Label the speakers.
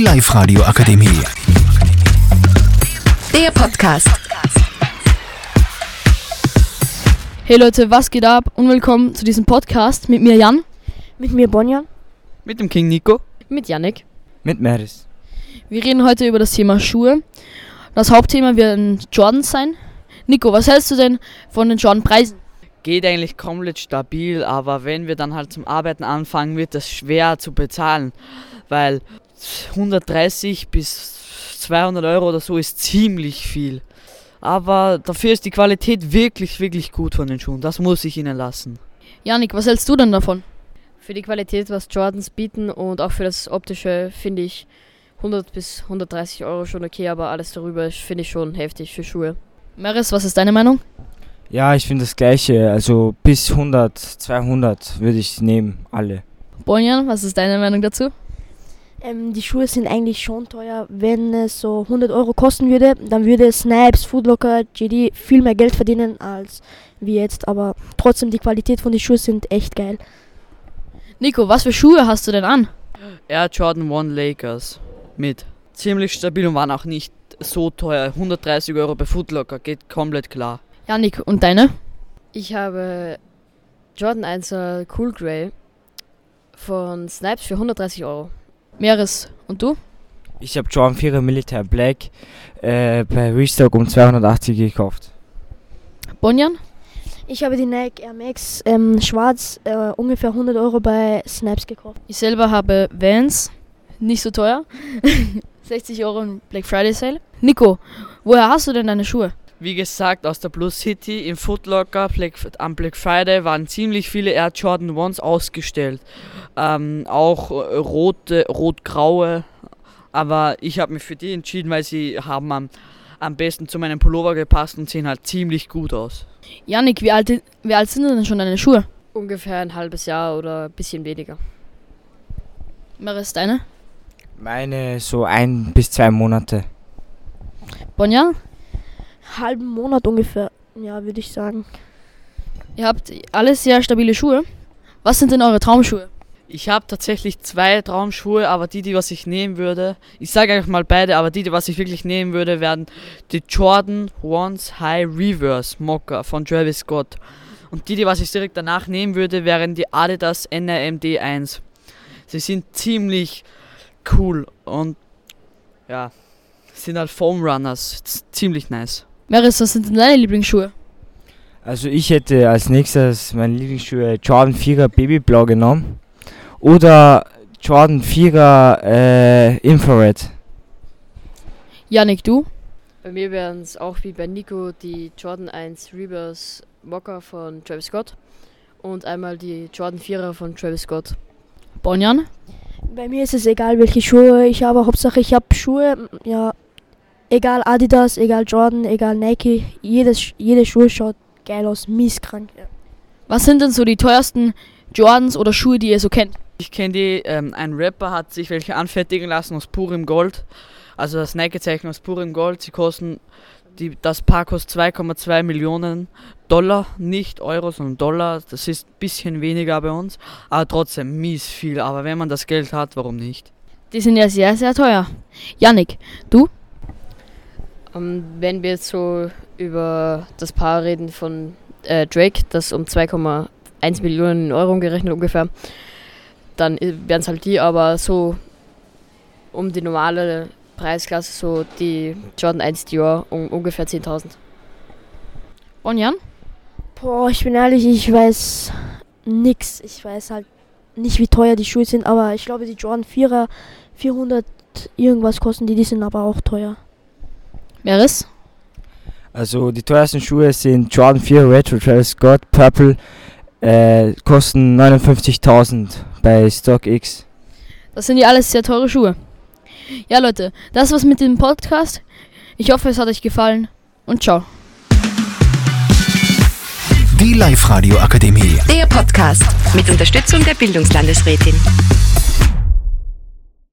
Speaker 1: Live Radio Akademie.
Speaker 2: Der Podcast.
Speaker 3: Hey Leute, was geht ab und willkommen zu diesem Podcast mit mir Jan.
Speaker 4: Mit mir Bonja.
Speaker 5: Mit dem King Nico.
Speaker 6: Mit Yannick.
Speaker 7: Mit Meris.
Speaker 3: Wir reden heute über das Thema Schuhe. Das Hauptthema werden Jordans sein. Nico, was hältst du denn von den Jordan-Preisen?
Speaker 5: Geht eigentlich komplett stabil, aber wenn wir dann halt zum Arbeiten anfangen, wird das schwer zu bezahlen, weil 130 bis 200 Euro oder so ist ziemlich viel. Aber dafür ist die Qualität wirklich, wirklich gut von den Schuhen. Das muss ich ihnen lassen.
Speaker 3: Janik, was hältst du denn davon?
Speaker 6: Für die Qualität, was Jordans bieten und auch für das Optische, finde ich 100 bis 130 Euro schon okay, aber alles darüber finde ich schon heftig für Schuhe.
Speaker 3: Meris, was ist deine Meinung?
Speaker 7: Ja, ich finde das gleiche. Also bis 100, 200 würde ich nehmen, alle.
Speaker 3: Bonjan, was ist deine Meinung dazu?
Speaker 4: Ähm, die Schuhe sind eigentlich schon teuer. Wenn es so 100 Euro kosten würde, dann würde Snipes, Foodlocker, GD viel mehr Geld verdienen als wir jetzt. Aber trotzdem, die Qualität von den Schuhen sind echt geil.
Speaker 3: Nico, was für Schuhe hast du denn an?
Speaker 5: Air Jordan 1 Lakers mit. Ziemlich stabil und waren auch nicht so teuer. 130 Euro bei Footlocker geht komplett klar.
Speaker 3: Janik, und deine?
Speaker 6: Ich habe Jordan 1er Cool Grey von Snipes für 130 Euro.
Speaker 3: Meris, und du?
Speaker 7: Ich habe Jordan 4 Militär Black äh, bei Restock um 280 gekauft.
Speaker 3: Bonjan?
Speaker 4: Ich habe die Nike Air Max ähm, schwarz äh, ungefähr 100 Euro bei Snipes gekauft.
Speaker 3: Ich selber habe Vans, nicht so teuer. 60 Euro im Black Friday Sale. Nico, woher hast du denn deine Schuhe?
Speaker 5: Wie gesagt, aus der Blue City im Footlocker Black, am Black Friday waren ziemlich viele Air Jordan Ones ausgestellt. Ähm, auch äh, rote, rot-graue. Aber ich habe mich für die entschieden, weil sie haben am, am besten zu meinem Pullover gepasst und sehen halt ziemlich gut aus.
Speaker 3: Janik, wie alt, wie alt sind denn schon deine Schuhe?
Speaker 6: Ungefähr ein halbes Jahr oder ein bisschen weniger.
Speaker 3: Meris, deine?
Speaker 7: Meine so ein bis zwei Monate.
Speaker 3: Bonjan?
Speaker 4: Halben Monat ungefähr, ja, würde ich sagen.
Speaker 3: Ihr habt alle sehr stabile Schuhe. Was sind denn eure Traumschuhe?
Speaker 5: Ich habe tatsächlich zwei Traumschuhe, aber die, die was ich nehmen würde, ich sage einfach mal beide, aber die, die was ich wirklich nehmen würde, wären die Jordan Ones High Reverse Mocker von Travis Scott. Und die, die was ich direkt danach nehmen würde, wären die Adidas NRMD 1. Sie sind ziemlich cool und ja, sind halt Foam Runners, Z- ziemlich nice.
Speaker 3: Meris, was sind denn deine Lieblingsschuhe?
Speaker 7: Also ich hätte als nächstes meine Lieblingsschuhe Jordan 4er Babyblau genommen oder Jordan 4er äh, Infrared.
Speaker 3: Janik, du?
Speaker 6: Bei mir wären es auch wie bei Nico die Jordan 1 Reverse Mocker von Travis Scott und einmal die Jordan 4er von Travis Scott.
Speaker 3: Bonjan?
Speaker 4: Bei mir ist es egal, welche Schuhe ich habe. Hauptsache, ich habe Schuhe, ja, egal Adidas, egal Jordan, egal Nike. Jedes, jede Schuhe schaut geil aus, mieskrank. Ja.
Speaker 3: Was sind denn so die teuersten Jordans oder Schuhe, die ihr so kennt?
Speaker 5: Ich kenne die, ähm, ein Rapper hat sich welche anfertigen lassen aus purem Gold. Also das Nike-Zeichen aus purem Gold. Sie kosten, die, das Paar kostet 2,2 Millionen Dollar, nicht Euro, sondern Dollar. Das ist ein bisschen weniger bei uns, aber trotzdem mies viel. Aber wenn man das Geld hat, warum nicht?
Speaker 3: Die sind ja sehr, sehr teuer. Janik,
Speaker 6: Ähm, wenn wir jetzt so über das Paar reden von äh, Drake, das um 2,1 Millionen Euro umgerechnet ungefähr, dann wären es halt die, aber so um die normale Preisklasse, so die Jordan 1 Dior um ungefähr 10.000.
Speaker 3: Bonjan?
Speaker 4: Boah, ich bin ehrlich, ich weiß nix. Ich weiß halt nicht, wie teuer die Schuhe sind, aber ich glaube, die Jordan 4er 400 irgendwas kosten die, die sind aber auch teuer.
Speaker 3: Meris?
Speaker 7: Also die teuersten Schuhe sind Jordan 4 Retro Travis Scott Purple, äh, kosten 59.000 bei StockX.
Speaker 3: Das sind ja alles sehr teure Schuhe. Ja, Leute, das war's mit dem Podcast. Ich hoffe, es hat euch gefallen und ciao.
Speaker 1: Die Live Radio Akademie.
Speaker 2: Der Podcast mit Unterstützung der Bildungslandesrätin.